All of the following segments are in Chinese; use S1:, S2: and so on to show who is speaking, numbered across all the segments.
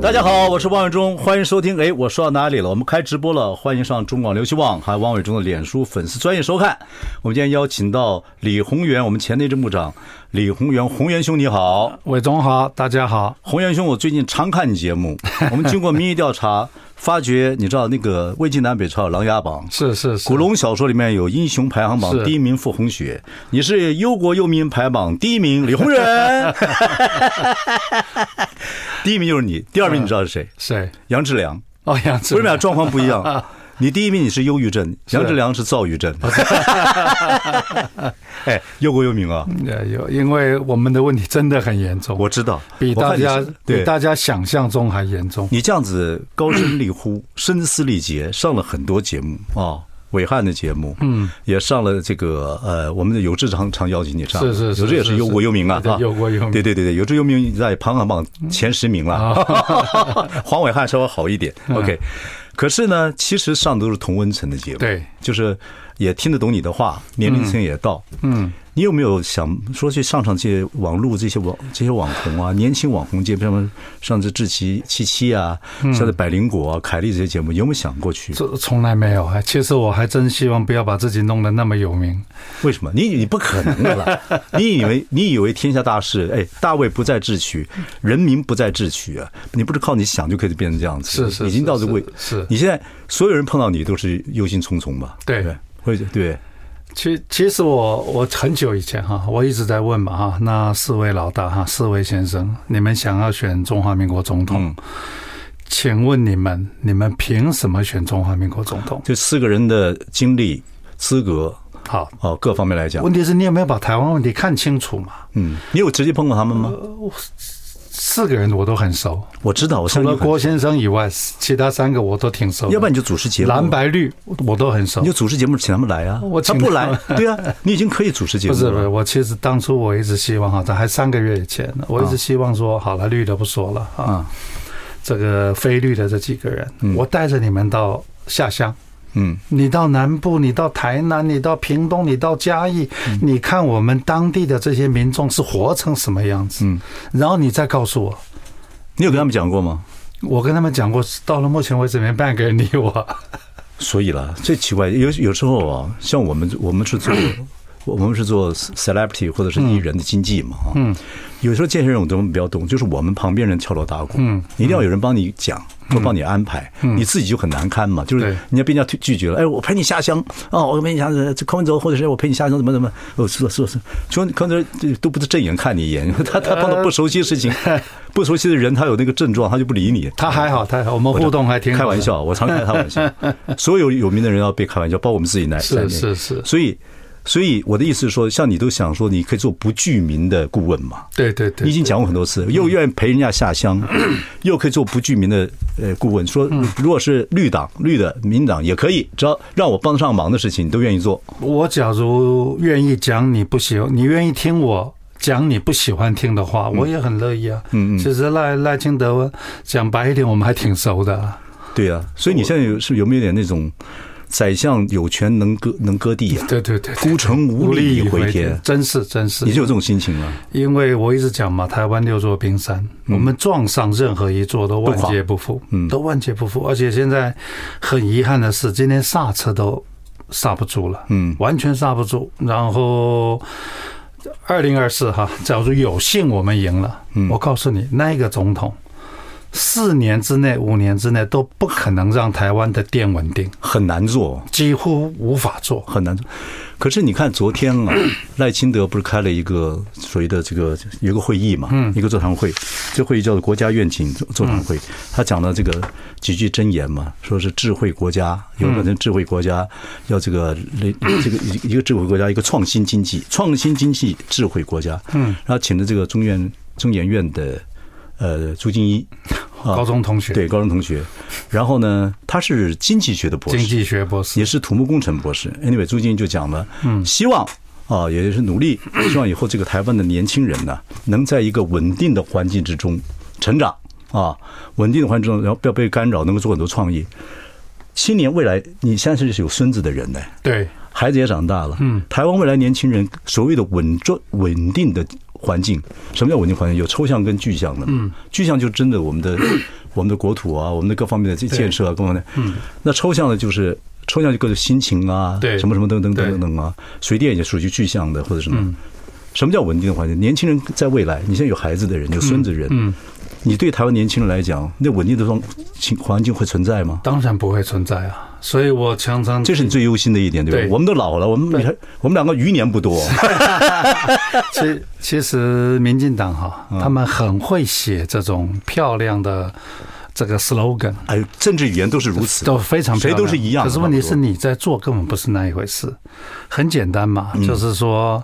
S1: 大家好，我是王伟忠，欢迎收听。哎，我说到哪里了？我们开直播了，欢迎上中广流行网还有王伟忠的脸书粉丝专业收看。我们今天邀请到李宏源，我们前内政部长李宏源，宏源兄你好。
S2: 伟忠好，大家好。
S1: 洪元兄，我最近常看你节 目。我们经过民意调查，发觉你知道那个魏晋南北朝有琅琊榜，
S2: 是是是，
S1: 古龙小说里面有英雄排行榜
S2: 是
S1: 第一名傅红雪，你是忧国忧民排行榜第一名李洪仁， 第一名就是你，第二名你知道是谁？
S2: 谁？
S1: 杨志良。
S2: 哦，杨志
S1: 为什么俩状况不一样？ 你第一名你是忧郁症，杨志良是躁郁症。哎，忧国忧民啊，
S2: 呃有，因为我们的问题真的很严重，
S1: 我知道，
S2: 比
S1: 我
S2: 大
S1: 看你
S2: 家
S1: 是
S2: 比
S1: 对
S2: 大家想象中嗯还严重。
S1: 你这样子高声立呼、声嘶力竭，上了很多节目啊，
S2: 哦
S1: 伟汉的节目，嗯，也上了这个呃，我们的有志常常邀请你上，
S2: 是是是
S1: 有志也
S2: 是
S1: 是忧国忧民啊，
S2: 对
S1: 啊
S2: 忧国忧嗯民
S1: 对对对对，有志忧民在排行榜前十名
S2: 啊
S1: 了， 黄伟汉稍微好一点，OK。可
S2: 嗯
S1: 是呢，其实上的都是同温层的节目，
S2: 对
S1: 就是也听得懂你的话，年龄层也到，嗯。你有没有想说去上上这些网络这些网这些网红 啊，年轻网红界，比如说上次志奇七七啊，
S2: 嗯
S1: 像是百灵果啊、凯丽这些节目，有没有想过去？
S2: 这从来没有，还其实我还真希望不要把自己弄得那么有名。
S1: 为什么？你你不可能的 啦！你以为你以为天下大事，哎，大卫不在智取，
S2: 嗯
S1: 人民不在智取啊！你不是靠你想就可以变成这样子，
S2: 是是
S1: 已经到这
S2: 是
S1: 位。
S2: 是
S1: 你现在所有人碰到你都是忧心忡忡吧？
S2: 对
S1: 对，会对
S2: 其其实我我很久以前哈，我一直在问嘛哈，那四位老大哈，四位先生，你们想要选中华民国总统，请问你们，你们凭什么选中华民国总统？
S1: 这四个人的经历、资格
S2: 好，
S1: 哦，各方面来讲
S2: 问，题是你有没有把台湾问题看清楚嘛？
S1: 嗯，你有直接碰过他们吗？
S2: 四个人我都很熟，
S1: 我知道，我
S2: 除
S1: 相信
S2: 了
S1: 你很
S2: 郭先生以外，其他三个我都挺熟的。
S1: 要不然你就主持节目，
S2: 蓝白绿我都很熟
S1: 你。就主持节目请他们来啊，
S2: 我
S1: 他
S2: 请
S1: 不
S2: 他
S1: 来
S2: 们，
S1: 对啊，你已经可以主持节目
S2: 不
S1: 了，
S2: 是不是，我其实当初我一直希望哈，这还三个月以前，
S1: 啊
S2: 我一直希望说，好了，绿的不说了啊，这个非绿的这几个人，我带着你们到下乡。
S1: 嗯，
S2: 你到南部，你到台南，你到屏东，你到嘉义，
S1: 嗯
S2: 你看我们当地的这些民众是活成什么样子，
S1: 嗯，
S2: 然后你再告诉我。
S1: 你有跟他们讲过吗？
S2: 我跟他们讲过，到了目前为止，没半个人理我。
S1: 所以啦，最奇怪有有时候啊，像我们我们是做我我们是做 celebrity 或者是艺人的经济嘛，嗯，有时候这些人我都比较懂，就是我们旁边人敲锣打鼓，嗯，一定要有人帮你讲。或帮你安排，你自己就很难堪嘛。就是
S2: 嗯对
S1: 人家被人家拒拒绝了，哎，我陪你下乡哦，我陪你下乡，这柯文哲或者是我陪你下乡怎么怎么，哦，是是是，说柯文哲都不是正眼看你一眼， 他他碰到不熟悉的事 情，不熟悉的人，他有那个症状，他就不理你。
S2: 他还好，他还好，我们互动还挺好的
S1: 开玩。笑，我常开他玩笑。 所有有名的人要被开玩笑，包括我们自己来
S2: 是
S1: 在内
S2: 是是
S1: 所以，所以我的意思是说，像你都想说，你可以做不具名的顾问嘛？
S2: 对对
S1: 你已
S2: 对，嗯
S1: 经讲过很多次，又愿意陪人家下乡，又可以做不具名的呃顾问。说如果是绿党、绿的、民党也可以，只要让我帮得上忙的事情，你都愿意做。
S2: 我假如愿意讲你不喜，你愿意听我讲你不喜欢听的话，我也很乐意啊。嗯嗯。其实赖赖清德讲白一点，我们还挺熟的啊。
S1: 对啊，所以你现在有是有没有点那种宰相有权能割能割地呀、
S2: 对对对，对
S1: 孤城无力回天，
S2: 真是真是
S1: 你。就有这种心情吗？
S2: 因为我一直讲嘛，台湾六座冰山，我们撞上任何一座都万劫不复，
S1: 嗯
S2: 都万劫不复。而且现在很遗憾的是，今天刹车都刹不住了，
S1: 嗯
S2: 完全刹不住。然后，二零二四哈，假如有幸我们赢了，
S1: 嗯
S2: 我告诉你，那个总统四年之内、五年之内都不可能让台湾的电稳定，
S1: 很难做。
S2: 几乎无法做。
S1: 很难做。可是你看昨天啊，赖清德不是开了一个所谓的这个有一个会议嘛，一个座谈会，这会议叫做国家愿景座座谈会。他讲了这个几句箴言嘛，说是智慧国家，有可能智慧国家要这个这个一一个智慧国家，一个创新经济，创新经济智慧国家。嗯，然后请的这个中院中研院的呃朱金一，啊
S2: 高中同学，
S1: 对，高中同学，然后呢，他是经济学的博
S2: 经
S1: 士，
S2: 济学博士
S1: 也是土木工程博士。Anyway，朱静就讲了，嗯，希望啊，也是努力，希望以后这个台湾的年轻人呢，能在一个稳定的环境之中成长啊，稳定的环境中，然后不要被干扰，能够做很多创意。青年未来，你现在是有孙子的人呢、
S2: 对，
S1: 孩子也长大了，嗯，台湾未来年轻人所谓的稳重稳定的环境，什么叫稳定环境？有抽象跟具象的，嗯，具象就真的我们 的我们的国土啊，我们的各方面的这建设啊，各方面，嗯，那抽象的就是抽象就各种心情啊，
S2: 对
S1: 什么什么等等等等等啊，水电也属于具象的或者什么。什么叫稳定的环境？年轻人在未来，你现在有孩子的人，有孙子人，嗯，你对台湾年轻人来讲，那稳定的状情环境会存在吗？
S2: 当然不会存在啊。所以我常常
S1: 这是你最忧心的一点，对不对？
S2: 对
S1: 我们都老了，我们你看我们两个余年不多，
S2: 其其实民进党哈，
S1: 嗯
S2: 他们很会写这种漂亮的这个 slogan，
S1: 哎，政治语言都是如 此，
S2: 都非常漂
S1: 谁
S2: 亮
S1: 都是一样的。
S2: 可是问题
S1: 差
S2: 是
S1: 不多
S2: 你在做根本不是那一回事，很简单嘛，
S1: 嗯
S2: 就是说。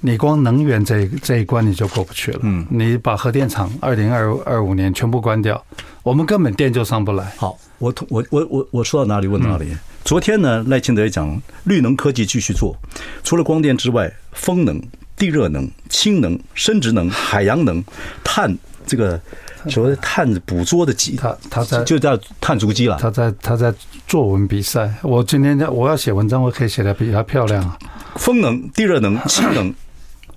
S2: 你光能源这一这一关你就过不去了。嗯，你把核电厂二零二二五年全部关掉，我们根本电就上不来。
S1: 好，我同我我我我说到哪里问哪里。
S2: 嗯
S1: 昨天呢，赖清德也讲，绿能科技继续做，除了光电之外，风能、地热能、氢能、生殖能、海洋能、碳这个所谓的碳捕捉的机，
S2: 他他在
S1: 就叫碳足迹了。
S2: 他在他在作文比赛，我今天在我要写文章，我可以写的比他漂亮啊。
S1: 风能、地热 能、氢能、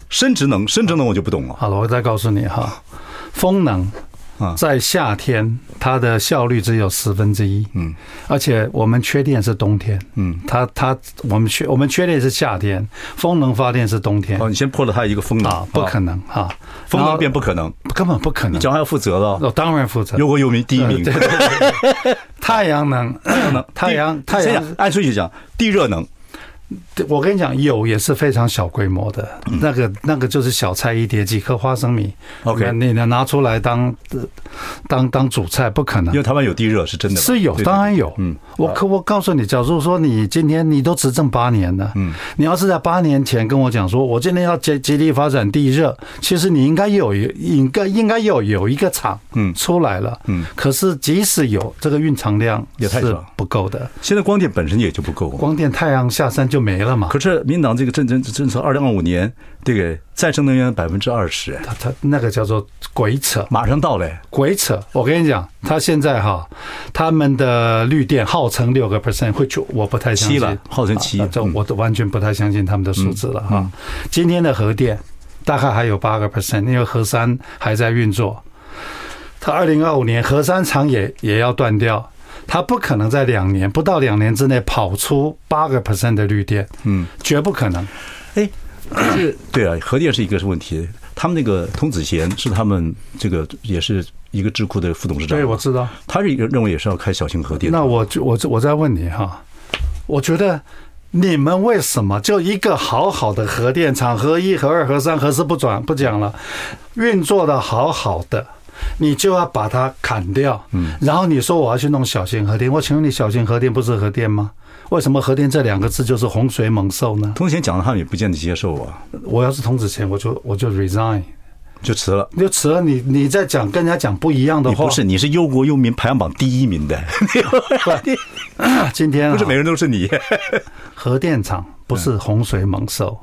S1: 生殖能、生殖能我就不懂了。
S2: 好了，我再告诉你哈，风能
S1: 啊
S2: 在夏天它的效率只有十分之一，
S1: 嗯，
S2: 而且我们缺电是冬天，
S1: 嗯，
S2: 它它我们缺我们缺电是夏天，风能发电是冬天
S1: 哦，你先破了他一个风能
S2: 啊，不可，能啊，
S1: 风
S2: 然后嗯
S1: 能变不可能，
S2: 根本不可能，
S1: 讲话要负责了，
S2: 我当然负责。
S1: 忧国忧民第一 名。
S2: 对太阳能，太阳
S1: 地
S2: 太
S1: 先
S2: 阳
S1: 讲按顺序讲，地热能
S2: 对我跟你讲，有也是非常小规模的，
S1: 嗯
S2: 那个那个就是小菜一碟，几颗花生米。
S1: OK
S2: 你能拿出来当呃当当主菜，不可能
S1: 因为。台湾有地热是真的吧，
S2: 是有，
S1: 对
S2: 当然有。
S1: 嗯，
S2: 我可我告诉你，假如说你今天你都执政八年了，
S1: 嗯，
S2: 你要是在八年前跟我讲说，我今天要极极力发展地热，其实你应该有一应该应该有有一个厂，
S1: 嗯
S2: 出来了，
S1: 嗯，
S2: 可是即使有这个蕴藏量
S1: 也太
S2: 是
S1: 少
S2: 不够的，
S1: 现在光电本身也就不够。
S2: 光电太阳下山就没了嘛。
S1: 可是民党这个政政政策，二零二五年这个再生能源百分之二十，
S2: 他他那个叫做鬼扯，
S1: 马上到嘞。
S2: 鬼扯！我跟你讲，他现在哈，他们的绿电号称六个 percent，会去，我不太
S1: 哎
S2: 相
S1: 七
S2: 信
S1: 了号称七
S2: 啊这
S1: 嗯
S2: 我都完全不太相信他们的数字了哈。今天的核电大概还有八个 percent，因为核三还在运作，它二零二五年核三厂也也要断掉。它不可能在两年不到两年之内跑出八个 percent 的绿电，
S1: 嗯，
S2: 绝不可能。
S1: 哎，可是对啊，核电是一个问题。他们那个童子贤是他们这个也是一个智库的副董事长
S2: 对，，我知道。
S1: 他是一个认为也是要开小型核电。
S2: 那我就我我再问你哈，我觉得你们为什么就一个好好的核电厂，核一、核二、核三、核四不转不讲了，运作的好好的，你就要把它砍掉？嗯，然后你说我要去弄小型核电，我请问你，小型核电不是核电吗？为什么核电这两个字就是洪水猛兽呢？
S1: 童子贤讲了，他们也不见得接受啊，
S2: 我要是童子贤，我就我就 resign，
S1: 就辞了。
S2: 你就辞了你，你再讲跟人家讲不一样的
S1: 你
S2: 话，
S1: 不是，你是忧国忧民排行榜第一名 的，
S2: 今天、啊、
S1: 不是每个人都是你。
S2: 核电厂不是洪水猛兽。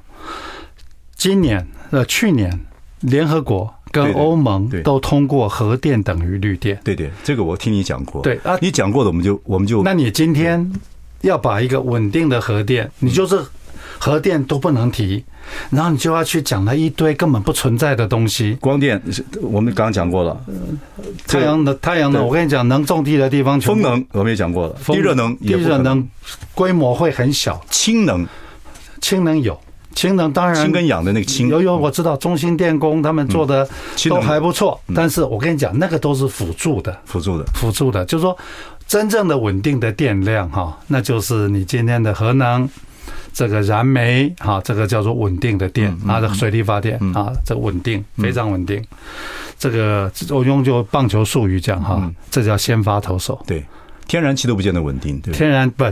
S2: 今年呃，去年联合国跟
S1: 对的
S2: 欧盟
S1: 对
S2: 都通过核电等于绿电。
S1: 对对，这个我听你讲过。
S2: 对啊
S1: 你讲过的，我们就我们就
S2: 那你今天要把一个稳定的核电，
S1: 嗯
S2: 你就是核电都不能提，然后你就要去讲了一堆根本不存在的东西。
S1: 光电是，我们刚刚讲过了，
S2: 嗯
S1: 这
S2: 太阳能，太阳能，
S1: 对
S2: 我跟你讲，能种地的地方全部
S1: 风能我们也讲过了，
S2: 风
S1: 地热能
S2: 地
S1: 也不可
S2: 热能规模会很小，
S1: 氢能
S2: 氢能有，氢能当然
S1: 氢跟氧的那个氢，
S2: 嗯有有，我知道中兴电工他们做的
S1: 氢
S2: 都
S1: 能
S2: 还不错，
S1: 嗯
S2: 但是我跟你讲，那个都是辅助的，
S1: 辅助的。
S2: 辅助的，就是说真正的稳定的电量哈，那就是你今天的核能。这个燃煤哈，这个叫做稳定的
S1: 嗯
S2: 电啊，这个水力发电啊，这稳定非常稳定。这个我用就棒
S1: 嗯
S2: 球术语讲哈，这叫先发投手。
S1: 对，天然气都不见得稳定，对吧
S2: 天然不，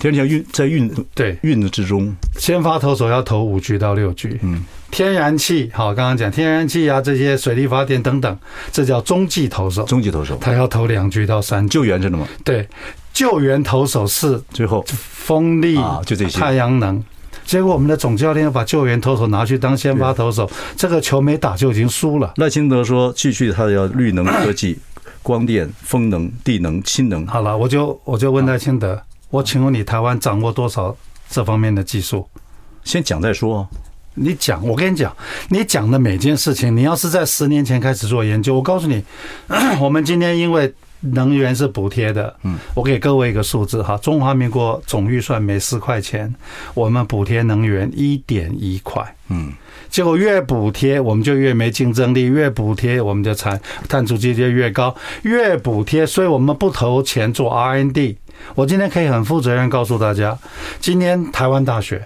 S1: 天然气运在运
S2: 对，
S1: 运之中，
S2: 先发投手要投五局到六局。
S1: 嗯，
S2: 天然气，好，刚刚讲天然气啊，这些水力发电等等，这叫中继投手，
S1: 终极投手
S2: 他要投两局到三局。
S1: 救援真的吗？
S2: 对，救援投手是
S1: 最后
S2: 风力、
S1: 啊就这些
S2: 太阳能。结果我们的总教练要把救援投手拿去当先发投手，这个球没打就已经输了。
S1: 赖清德说继续他要绿能科 技、光电、风能、地能、氢能，
S2: 好了，我就我就问赖清
S1: 啊
S2: 德，我请问你台湾掌握多少这方面的技术？
S1: 先讲再说哦。
S2: 你讲，我跟你讲，你讲的每件事情，你要是在十年前开始做研究，我告诉你， 我们今天因为能源是补贴的，
S1: 嗯，
S2: 我给各位一个数字哈，中华民国总预算每四块钱，我们补贴能源一点一块，
S1: 嗯，
S2: 结果越补贴我们就越没竞争力，越补贴我们的产碳足迹就越高，越补贴，所以我们不投钱做 R&D。我今天可以很负责任告诉大家，今天台湾大学。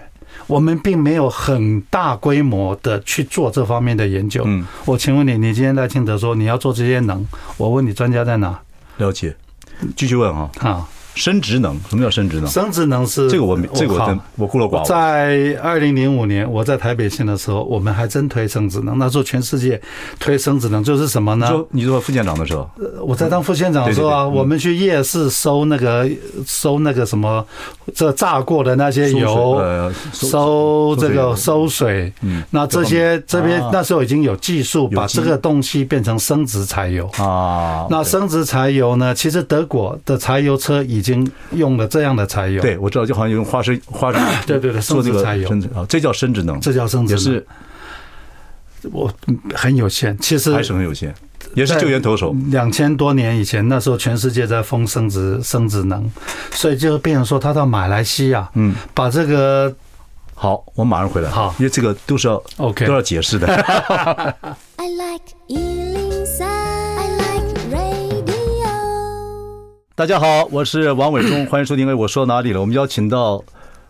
S2: 我们并没有很大规模的去做这方面的研究。
S1: 嗯，
S2: 我请问你，你今天赖清德说你要做这些能，我问你专家在哪
S1: 了解。继续问啊，
S2: 啊？
S1: 生殖能什么叫生殖能？
S2: 生殖能是
S1: 这个我没这个我
S2: 靠
S1: 真我孤陋寡闻。
S2: 在二零零五年，我在台北县的时候，我们还真推生殖能。那时候全世界推生殖能就是什么
S1: 你
S2: 呢？
S1: 说你说副县长的时候，
S2: 我在当副县长的时候啊，
S1: 对对对嗯
S2: 我们去夜市收那个收那个什么，这炸过的那些
S1: 收水
S2: 油，
S1: 呃
S2: 收这个
S1: 油
S2: 收水。
S1: 嗯
S2: 那这些这
S1: 方面
S2: 边
S1: 啊
S2: 那时候已经有技术
S1: 有
S2: 把
S1: 机
S2: 这个东西变成生殖柴油。
S1: 啊，
S2: 那生殖柴油呢？其实德国的柴油车已经用了这样的柴油。
S1: 对我知道，就好像用花生花生
S2: 对对对，生
S1: 做这
S2: 殖
S1: 个
S2: 柴油，
S1: 生殖啊，这叫生殖能，
S2: 这叫生
S1: 也
S2: 殖能。
S1: 是
S2: 我嗯很有限，其实
S1: 还是很有限，也是救援投手。
S2: 两千多年以前，那时候全世界在封生殖生殖能，所以就变成说他到马来西亚
S1: 嗯，
S2: 把这个
S1: 好，我马上回来。
S2: 好
S1: 因为这个都是要
S2: OK
S1: 都要解释 的。
S3: I like Ealing Sound. I like radio.
S1: 大家好，我是王伟忠， 欢迎收听。哎，我说哪里了？我们邀请到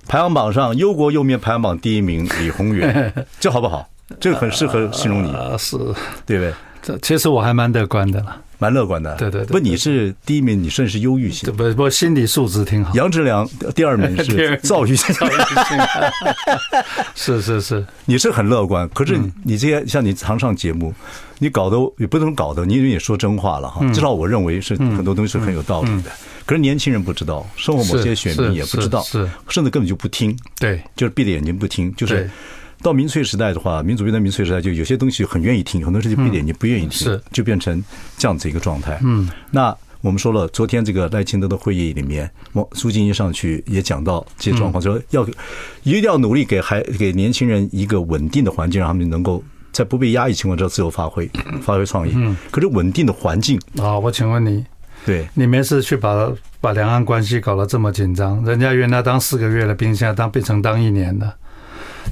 S1: 排行榜上忧国忧民排行榜第一名李宏 源，这好不好？这个很适合形容你，
S2: 呃是，
S1: 对不对？
S2: 这其实我还蛮乐观的啦，
S1: 蛮乐观的。
S2: 对对对
S1: 不，你是第一名，你甚是忧郁型
S2: 这。不不心理素质挺好，
S1: 杨志良第二名
S2: 第二
S1: 是
S2: 名
S1: 躁郁型，
S2: 是是是，
S1: 你是很乐观，可是
S2: 嗯
S1: 你你这些像你常上节目，你搞得也不能搞得，你也说真话了哈。
S2: 嗯
S1: 至少我认为是很多东西是很有道理的，可是年轻人不知道，生活某些
S2: 是
S1: 选
S2: 是
S1: 民也不知道，
S2: 是是
S1: 甚至根本就不听，
S2: 对
S1: 就是闭着眼睛不听，就是
S2: 对。
S1: 到民粹时代的话，民主变成民粹时代，就有些东西很愿意听，很多事情闭着眼睛不愿意听，
S2: 嗯是
S1: 就变成这样子一个状态。嗯，那我们说了，昨天这个赖清德的会议里面，我苏静一上去也讲到这些状况，说要一定要努力给孩给年轻人一个稳定的环境，让他们能够在不被压抑情况之下自由发挥，发挥创意。嗯，可是稳定的环境，
S2: 好，啊我请问你，
S1: 对，
S2: 你没事去把把两岸关系搞得这么紧张，人家原来当四个月的兵，现在当变成当一年的，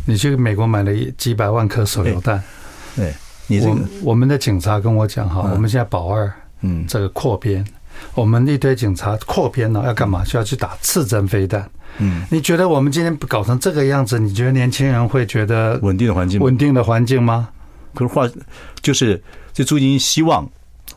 S2: 你去美国买了一几百万颗手榴弹，
S1: 哎，你这
S2: 我
S1: 个，
S2: 我们的警察跟我讲哈，我们现在保二
S1: 嗯，
S2: 这个扩编，我们一堆警察扩编呢要干嘛？需要去打刺针飞弹。
S1: 嗯，
S2: 你觉得我们今天搞成这个样子，你觉得年轻人会觉得
S1: 稳定的环境，
S2: 稳定的环境吗？
S1: 可是话就是这朱金希望。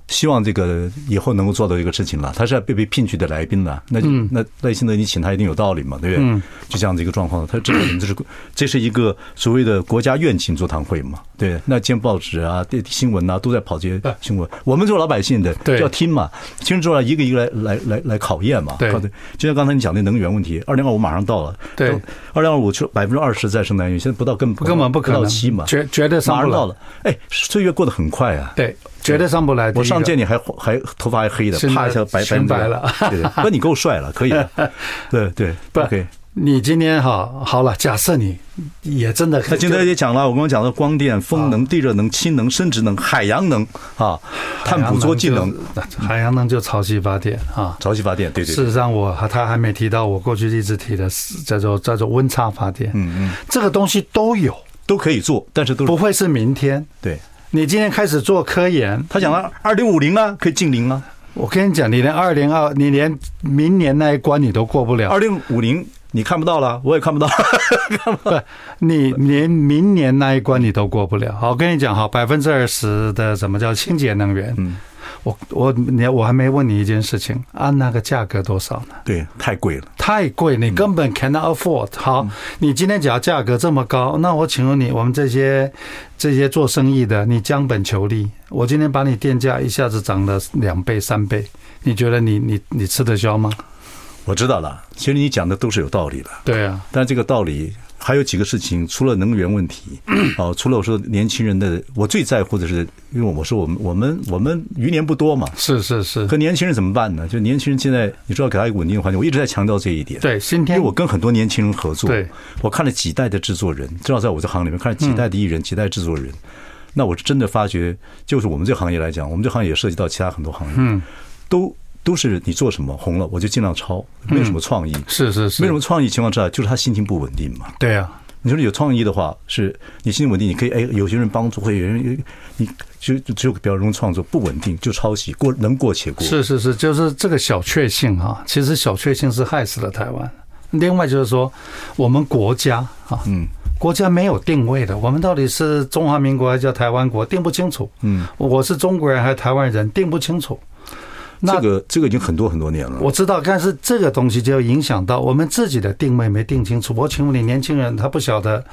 S1: 希望这个以后能够做到这个事情了，他是被被聘去的来宾了，那就、
S2: 嗯
S1: 那耐心的你请他一定有道理嘛，对不对？就这样子一个状况，他这个人这是这是一个所谓的国家院庆座谈会嘛，对，那见报纸啊、电新闻啊都在跑这些新闻，我们做老百姓的
S2: 对
S1: 就要听嘛，听之后来一个一个来来来来考验嘛，
S2: 对
S1: 考就像刚才你讲的能源问题，二零二五马上到了，
S2: 对，
S1: 二零二五就百分之二十再生能源，现在不到根本
S2: 根本不可
S1: 到
S2: 能，
S1: 期嘛，
S2: 绝绝对上
S1: 马
S2: 不
S1: 上到
S2: 来。
S1: 了，哎，岁月过得很快啊！
S2: 对，绝对上不来。
S1: 我上
S2: 第一
S1: 见
S2: 个
S1: 你还还头发还黑的，
S2: 现在
S1: 啪一下白
S2: 全白了
S1: 白对对，不，你够帅了， 可以了，对对
S2: 不
S1: ，OK。
S2: 你今天哈好了，假设你也真的
S1: 那今天也讲了，我刚刚讲到光电、风能、地热能、氢能、生殖能、海洋能啊，碳捕捉技能、，
S2: 海洋能就潮汐发电啊。
S1: 潮汐发电，对对，
S2: 事实上我，还他还没提到我过去一直提的是叫做叫做温差发电，
S1: 嗯嗯，
S2: 这个东西都有，
S1: 都可以做，但是都
S2: 不
S1: 是
S2: 会是明天。
S1: 对。
S2: 你今天开始做科研，
S1: 他讲了二零五零啊，可以近零啊，
S2: 我跟你讲，你连二零二，你连明年那一关你都过不了
S1: 二，零五零你看不到了， 我也看不到，
S2: 不，你连明
S1: 嗯
S2: 年那一关你都过不了。好，我跟你讲，好，百分之二十的什么叫清洁能源？我我你我还没问你一件事情，按那个价格多少呢？
S1: 对，太贵了。
S2: 太贵，
S1: 嗯
S2: 你根本 cannot afford。好，你今天讲价格这么高，那我请问你，我们这些这些做生意的，你将本求利，我今天把你店价一下子涨了两倍、三倍，你觉得你你你吃得消吗？
S1: 我知道了，其实你讲的都是有道理的，
S2: 对啊，
S1: 但这个道理还有几个事情，除了能源问 题，哦，除了我说年轻人的，我最在乎的是，因为我说我们我们我们余年不多嘛，
S2: 是是是，
S1: 可年轻人怎么办呢？就年轻人现在，你说要给他一个稳定的环境，我一直在强调这一点。
S2: 对，今
S1: 因为
S2: 天
S1: 我跟很多年轻人合作，
S2: 对，
S1: 我看了几代的制作人，至少在我这行里面看了几代的艺人、几代制作人，那我是真的发觉，就是我们这行业来讲，我们这行业也涉及到其他很多行业，嗯，都都是你做什么红了，我就尽量抄，没有什么创意，
S2: 是是是，
S1: 没什么创意情况之下，就是他心情不稳定嘛。
S2: 对啊，
S1: 你说有创意的话，是你心情稳定，你可以哎，有些人帮助，会有人你就就只有比较容易创作，不稳定就抄袭，过能过且过。
S2: 是是是，就是这个小确幸哈、其实小确幸是害死了台湾。另外就是说，我们国家啊，
S1: 嗯
S2: 国家没有定位的，我们到底是中华民国还是叫台湾国，定不清楚。
S1: 嗯，
S2: 我是中国人还是台湾人，定不清楚。那
S1: 这个这个已经很多很多年了。
S2: 我知道，但是这个东西就影响到我们自己的定位没定清楚。我请问你，年轻人他不晓得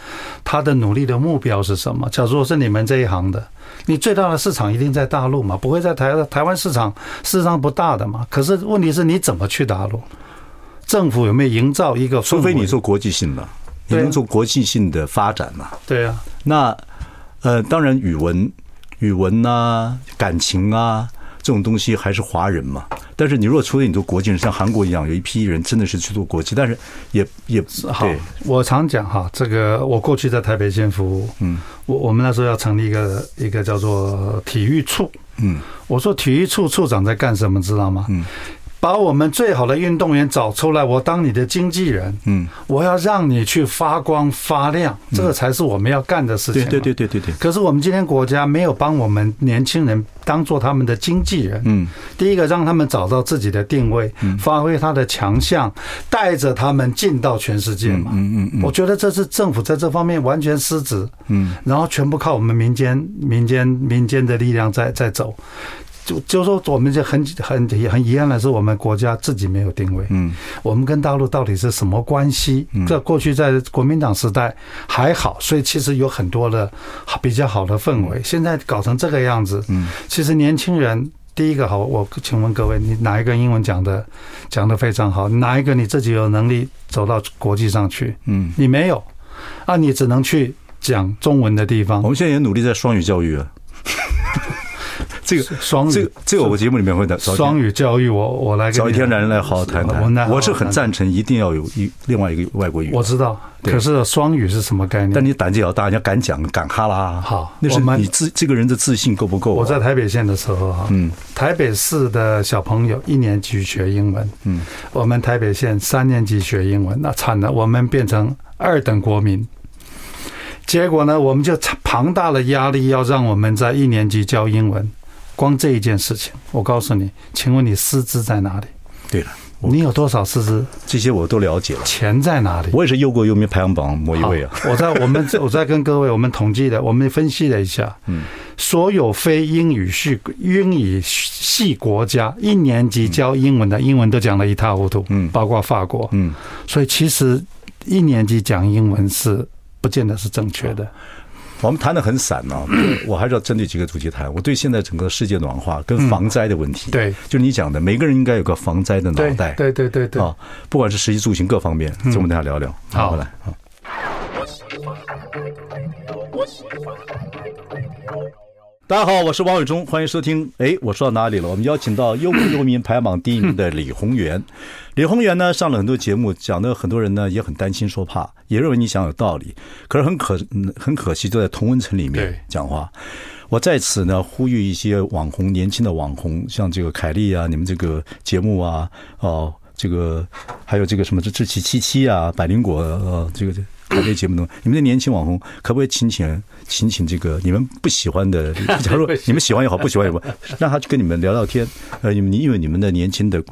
S2: 他的努力的目标是什么？假如我是你们这一行的，你最大的市场一定在大陆嘛，不会在台台湾市场，事实上不大的嘛。可是问题是你怎么去大陆？政府有没有营造一个氛
S1: 除
S2: 围？
S1: 非你做国际性的，你
S2: 对啊
S1: 能做国际性的发展嘛？
S2: 对啊，
S1: 那呃，当然语文、语文呐、感情啊这种东西还是华人嘛。但是你如果除了你做国际人，像韩国一样，有一批人真的是去做国际，但是也也
S2: 好
S1: 对，
S2: 我常讲哈，这个我过去在台北县服务，
S1: 嗯，
S2: 我我们那时候要成立一个一个叫做体育处，
S1: 嗯
S2: 我说体育处处长在干什么，知道吗？
S1: 嗯
S2: 把我们最好的运动员找出来，我当你的经纪人，
S1: 嗯，
S2: 我要让你去发光发亮，这个才是我们要干的事
S1: 对
S2: 情
S1: 嗯
S2: 嘛。
S1: 对对对对对，
S2: 可是我们今天国家没有帮我们年轻人当做他们的经纪人。
S1: 嗯，
S2: 第一个让他们找到自己的定位，发挥他的强项，带着他们进到全世界嘛。
S1: 嗯嗯嗯
S2: 我觉得这是政府在这方面完全失职，
S1: 嗯，
S2: 然后全部靠我们民间、民间、民间的力量在在走。就就说我们就很很很遗憾的是，我们国家自己没有定位。
S1: 嗯，
S2: 我们跟大陆到底是什么关系？这过去在国民党时代还好，所以其实有很多的比较好的氛围。现在搞成这个样子，
S1: 嗯，
S2: 其实年轻人。第一个好，我请问各位，你哪一个英文讲的讲的非常好？哪一个你自己有能力走到国际上去？
S1: 嗯，
S2: 你没有，啊，你只能去讲中文的地方
S1: 我，们现在也努力在双语教育啊。 这个
S2: 双
S1: 这
S2: 语
S1: 个这个，我节目里面会的早
S2: 双
S1: 点
S2: 语教育。我我来
S1: 找一天
S2: 来，
S1: 来来好好谈
S2: 我那
S1: 谈。
S2: 好
S1: 我是很赞成一定要有一另外一个外国语言
S2: 我知道，
S1: 对
S2: 可是双语是什么概念？
S1: 但你胆子也要大，你要敢讲，敢哈拉。
S2: 好
S1: 那是
S2: 我们
S1: 你自这个人的自信够不够啊？
S2: 我在台北县的时候哈，
S1: 嗯
S2: 台北市的小朋友一年级学英文，
S1: 嗯，
S2: 我们台北县三年级学英文，那惨了，我们变成二等国民。结果呢，我们就庞大的压力要让我们在一年级教英文，光这一件事情，我告诉你，请问你师资在哪里？
S1: 对了，我
S2: 你有多少师资？
S1: 这些我都了解了。
S2: 钱在哪里？
S1: 我也是忧国忧民排行榜某一
S2: 好，
S1: 位啊。
S2: 我在我们 我在跟各位我们统计的，我们分析了一下，
S1: 嗯，
S2: 所有非英语系英语系国家一年级教英文的，英文都讲得一塌糊涂，
S1: 嗯
S2: 包括法国，
S1: 嗯，
S2: 所以其实一年级讲英文是不见得是正确的，
S1: 哦我们谈的很散 啊，我还是要针对几个主题谈。我对现在整个世界暖化跟防灾的问题，
S2: 嗯对
S1: 就是你讲的，每个人应该有个防灾的脑袋。
S2: 对对对对，嗯
S1: 啊，不管是食衣住行各方面，这我们等下聊聊。
S2: 好
S1: 来啊。大家好，我是王伟忠，欢迎收听。哎，我说到哪里了？我们邀请到优酷游民排行榜第一名的李宏 源。李宏源呢，上了很多节目，讲的很多人呢也很担心说怕，也认为你讲有道理，可是很可嗯很可惜，就在同温层里
S2: 对
S1: 面讲话。我在此呢呼吁一些网红，年轻的网红，像这个凯莉啊，你们这个节目啊，哦，这个还有这个什么这志奇七七啊，百灵果呃，这个这凯莉节目中，你们的年轻网红可不可以请请请请这个你们不喜欢的，假如你们喜欢也好，不喜欢也好，让他去跟你们聊聊天。呃，你们因为你们的年轻的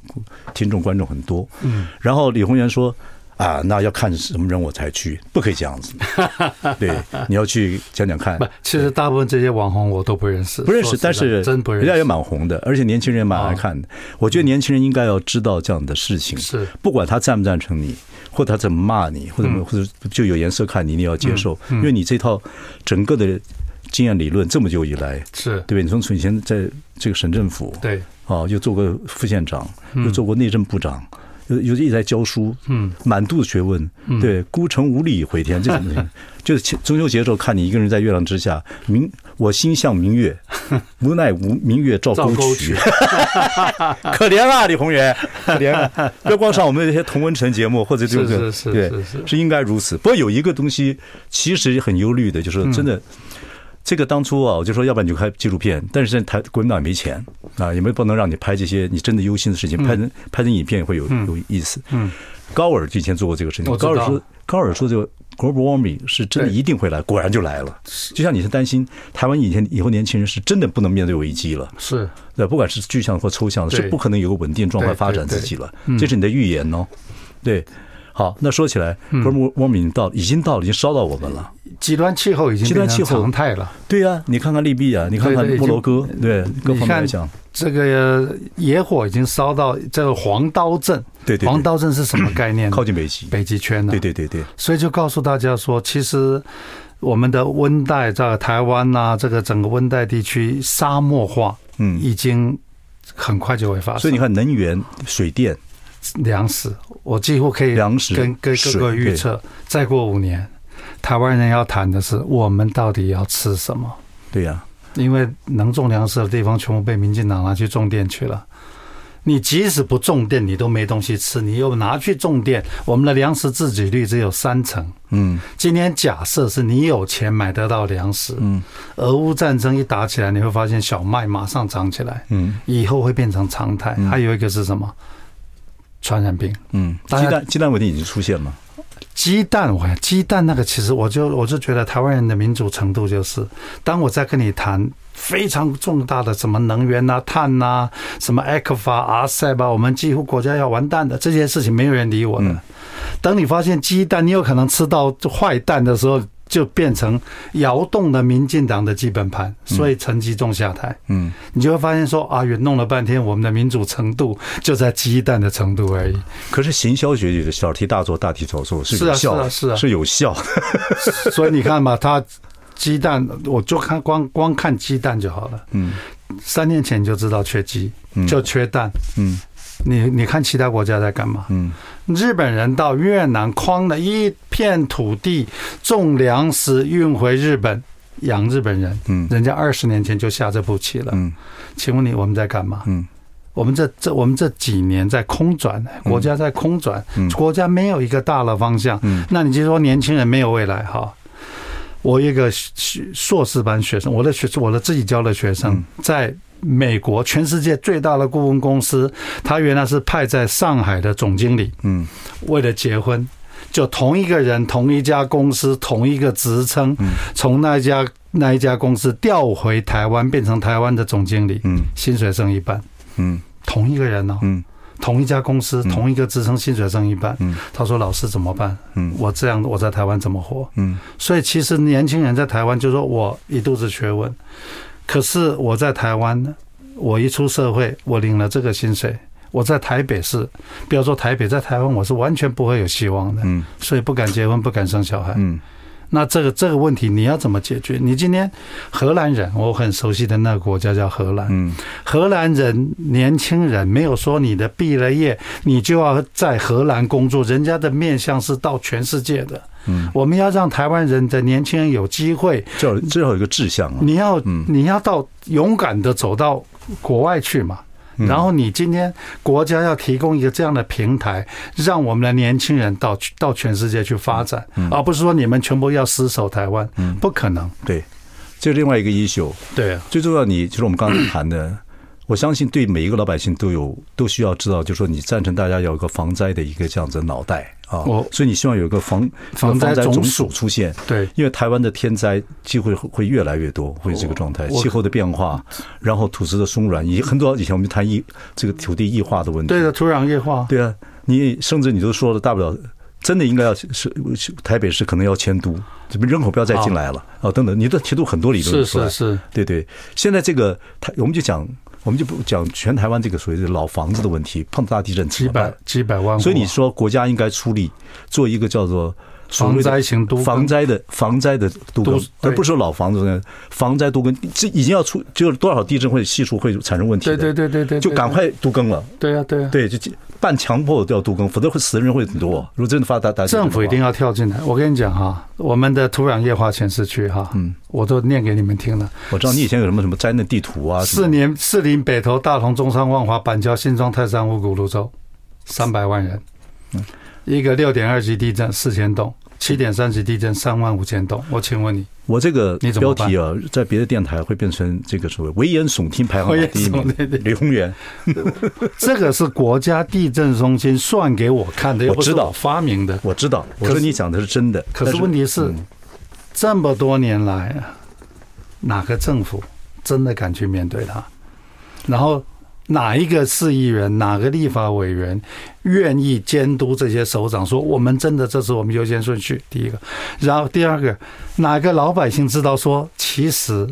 S1: 听众观众很多，嗯，然后李宏源说。啊，那要看什么人我才去，不可以这样子。对，你要去讲讲看
S2: 不。，其实大部分这些网红我都不认识，
S1: 不认
S2: 说
S1: 识，
S2: 实在
S1: 但是
S2: 真不认
S1: 人家也
S2: 识。哦
S1: 蛮红的，而且年轻人也蛮爱看的。我觉得年轻人应该要知道这样的事情，
S2: 是
S1: 不管他赞不赞成你，或他怎么骂你，或者
S2: 嗯
S1: 或者就有颜色看你，你也要接受，因为你这套整个的经验理论这么久以来，
S2: 是，
S1: 对不对？你从从以前在这个省政府，
S2: 对，
S1: 啊，又做过副县长，又做过内政部长，又又一直在教书，
S2: 嗯，
S1: 满肚子学问，对，孤城无力回天，这种东 西，就是前中秋节的时候看你一个人在月亮之下，明我心向明 月，无奈无明月照
S2: 照沟
S1: 沟渠， 可怜啊，李宏源，可怜 啊，不要光上我们这些同文城节目或者这
S2: 是
S1: 个，
S2: 是
S1: 对
S2: 是是
S1: 是应该如此。不过有一个东西其实很忧虑的，就是
S2: 嗯
S1: 真的。这个当初啊，我就说，要不然你就拍纪录片，但是现在台国民党也没钱啊，也没不能让你拍这些你真的忧心的事情，拍
S2: 嗯
S1: 成拍成影片会有有意思。嗯，高尔就以前做过这个事情，
S2: 我知
S1: 高
S2: 道
S1: 尔说，高尔说这个 global warming 是真的
S2: 对
S1: 一定会来，果然就来了。就像你是担心台湾以前以后年轻人是真的不能面对危机了，
S2: 是
S1: 对，不管是具象或抽象的，
S2: 对
S1: 是不可能有个稳定状态
S2: 对嗯
S1: 发展
S2: 对
S1: 自己了。这是你的预言哦。对，好，那说起来，global
S2: 嗯
S1: warming 到已经到了，已经烧到我们了。
S2: 极端气候已经
S1: 极端
S2: 变成
S1: 气候
S2: 常态了。
S1: 对呀、你看看利比亚，你看看
S2: 对对已经
S1: 摩洛哥，对各方面来讲，
S2: 这个野火已经烧到这个黄刀镇，
S1: 对对对
S2: 黄刀镇是什么概念呢？
S1: 靠近北极，
S2: 北极圈呢、
S1: 对对对对，
S2: 所以就告诉大家说，其实我们的温带在台湾呐、这个整个温带地区沙漠化
S1: 嗯。
S2: 已经很快就会发生。
S1: 所以你看，能源、水电，
S2: 粮食，我几乎可以
S1: 粮食
S2: 跟跟各
S1: 水
S2: 个预测，再过五年，台湾人要谈的是我们到底要吃什么，
S1: 对呀、
S2: 因为能种粮食的地方全部被民进党拿去种电去了。你即使不种电，你都没东西吃，你又拿去种电，我们的粮食自给率只有三成。
S1: 嗯
S2: 今天假设是你有钱买得到粮食，
S1: 嗯
S2: 俄乌战争一打起来，你会发现小麦马上涨起来，
S1: 嗯
S2: 以后会变成常态。还有一个是什么？传染病。
S1: 嗯，
S2: 大家
S1: 鸡蛋鸡蛋问题已经出现了，
S2: 鸡蛋，我看鸡蛋那个，其实我就我就觉得台湾人的民主程度就是，当我在跟你谈非常重大的什么能源啊、碳呐、什么 ECFA、RCEP 啊，我们几乎国家要完蛋的这些事情，没有人理我的。
S1: 嗯
S2: 当你发现鸡蛋，你有可能吃到坏蛋的时候，就变成摇动了民进党的基本盘，所以陈吉仲下台，
S1: 嗯，
S2: 你就会发现说啊，原弄了半天，我们的民主程度就在鸡蛋的程度而已。
S1: 可是行销学就是小题大做，大题小做是
S2: 是啊
S1: 有效的，
S2: 是啊是啊
S1: 是有效的，
S2: 所以你看嘛，它鸡蛋，我就看光光看鸡蛋就好了。
S1: 嗯
S2: 三年前你就知道缺鸡，就缺蛋。
S1: 嗯
S2: 你你看其他国家在干嘛？
S1: 嗯，
S2: 日本人到越南框了一片土地，种粮食运回日本，养日本人。
S1: 嗯
S2: 人家二十年前就下这步棋了。
S1: 嗯
S2: 请问你我们在干嘛？
S1: 嗯
S2: 我们这这我们这几年在空转，国家在空转，
S1: 嗯
S2: 国家没有一个大的方向。
S1: 嗯
S2: 那你就说年轻人没有未来哈。我一个学硕士班学生，我的学我的自己教的学
S1: 嗯
S2: 生，在美国全世界最大的顾问公司，他原来是派在上海的总经理，
S1: 嗯
S2: 为了结婚，就同一个人、同一家公司、同一个职称，
S1: 嗯
S2: 从那一家那一家公司调回台湾，变成台湾的总经理，
S1: 嗯
S2: 薪水剩一半，
S1: 嗯
S2: 同一个人哦，
S1: 嗯
S2: 同一家公司、同一个职称，薪水剩一半。
S1: 嗯
S2: 他说：“老师怎么办？
S1: 嗯
S2: 我这样我在台湾怎么活？”
S1: 嗯
S2: 所以其实年轻人在台湾就说我一肚子学问，可是我在台湾呢，我一出社会，我领了这个薪水，我在台北市，不要说台北，在台湾我是完全不会有希望的，
S1: 嗯
S2: 所以不敢结婚，不敢生小孩。
S1: 嗯
S2: 那这个这个问题你要怎么解决？你今天荷兰人，我很熟悉的那个国家叫荷兰，
S1: 嗯
S2: 荷兰人年轻人没有说你的毕了业，你就要在荷兰工作，人家的面向是到全世界的。
S1: 嗯，
S2: 我们要让台湾人的年轻人有机会，
S1: 至少至少有一个志向啊，
S2: 你要、
S1: 嗯
S2: 你要到勇敢的走到国外去嘛。
S1: 嗯
S2: 然后你今天国家要提供一个这样的平台，让我们的年轻人到到全世界去发展，
S1: 嗯
S2: 而不是说你们全部要死守台湾，不可能。
S1: 对，这是另外一个 issue。
S2: 对啊，
S1: 最重要你，就是我们刚才谈
S2: 嗯
S1: 的，我相信对每一个老百姓都有都需要知道，就是说你赞成大家有一个防灾的一个这样子的脑袋啊
S2: 我，
S1: 所以你希望有一个防
S2: 哦防灾
S1: 灾
S2: 总
S1: 总
S2: 署
S1: 署出现。
S2: 对
S1: 因为台湾的天灾机会会越来越多，会有这个状态，
S2: 哦我
S1: 气候的变化，然后土质的松软，以很早以前我们就谈异这个土地异化的问题。
S2: 对的，土壤液化，
S1: 对啊，你甚至你都说了，大不了真的应该要是是台北市可能要迁都，怎么人口不要再进来了啊、等等，你的提出很多理论
S2: 是
S1: 出来，
S2: 是是，
S1: 对对。现在这个台，我们就讲，我们就不讲全台湾这个所谓的老房子的问题，碰到大地震怎
S2: 几
S1: 么办
S2: 百几百万户啊，
S1: 嗯所以你说国家应该出力做一个叫做所谓的
S2: 防灾型都更
S1: 防灾的防灾的都
S2: 都
S1: 更而
S2: 对，
S1: 不是说老房子呢，防灾都更，这已经要出就是多少地震会系数会产生问题
S2: 对
S1: 的，
S2: 对对对对，
S1: 就赶快都更了。
S2: 对对啊对啊，
S1: 对，就半强迫都要都更，否则会死人会很多。如果真的发达，大
S2: 政府一定
S1: 要
S2: 要跳进来。我跟你讲哈，我们的土壤液化前市区哈，
S1: 嗯，
S2: 我都念给你们听了。
S1: 我知道你以前有什么什么灾难地图啊，什
S2: 四
S1: 么
S2: 年，士林、北投、大同、中山、万华、板桥、新庄、泰山、五股、泸州，三百万人，
S1: 嗯
S2: 一个六点二级地震四千栋，七点三级地震三万五千栋。我请问你，
S1: 我这个
S2: 你怎
S1: 标
S2: 么办
S1: 题啊，在别的电台会变成这个所谓危言耸听排行
S2: 危
S1: 榜
S2: 言
S1: 第一名
S2: 耸听对，
S1: 李宏源。
S2: 这个是国家地震中心算给我看的，又不是
S1: 我知道
S2: 我发明的。
S1: 我知道，我
S2: 可
S1: 说
S2: 是
S1: 你讲的是真的，
S2: 可
S1: 但
S2: 是问题是，
S1: 嗯
S2: 这么多年来，哪个政府真的敢去面对它？然后哪一个市议员、哪个立法委员愿意监督这些首长说，我们真的这是我们优先顺序？第一个，然后第二个，哪个老百姓知道说，其实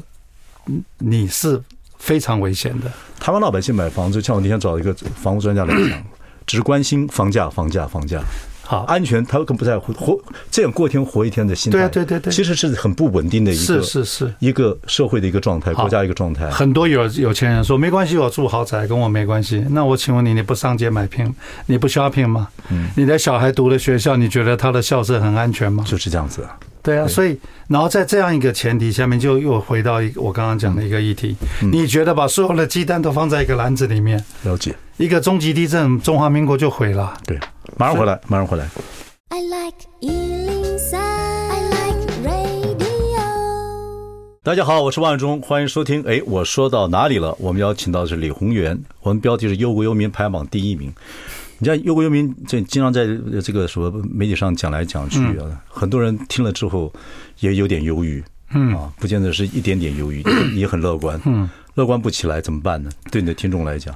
S2: 嗯你是非常危险的？
S1: 台湾老百姓买房子，像我那天找一个房屋专家来讲， 只关心房价、房价、房价，
S2: 好，
S1: 安全他更不在乎，活这样过一天活一天的心态，
S2: 对啊对对对
S1: 其实是很不稳定的一个
S2: 是是是。
S1: 一个社会的一个状态，
S2: 好
S1: 国家一个状态。
S2: 很多有有钱人说没关系，我住豪宅跟我没关系。那我请问你，你不上街买拼，你不 shopping 吗？你的小孩读了学校，你觉得他的校舍很安全吗？
S1: 就是这样子啊，
S2: 对啊，所以然后在这样一个前提下面，就又回到一个我刚刚讲的一个议题。你觉得把所有的鸡蛋都放在一个篮子里面，
S1: 了解。
S2: 一个终极地震，中华民国就毁了。
S1: 对，马上回来，马上回来。
S3: I like Ealing Sound. I like radio.
S1: 大家好，我是万永忠，欢迎收听。哎，我说到哪里了？我们邀请到的是李宏源，我们标题是“忧国忧民”排行榜第一名。你看“忧国忧民”这经常在呃这个什么媒体上讲来讲去啊，很多人听了之后也有点忧郁，嗯啊，不见得是一点点忧郁， 也很乐观，嗯，乐观不起来怎么办呢？对你的听众来讲，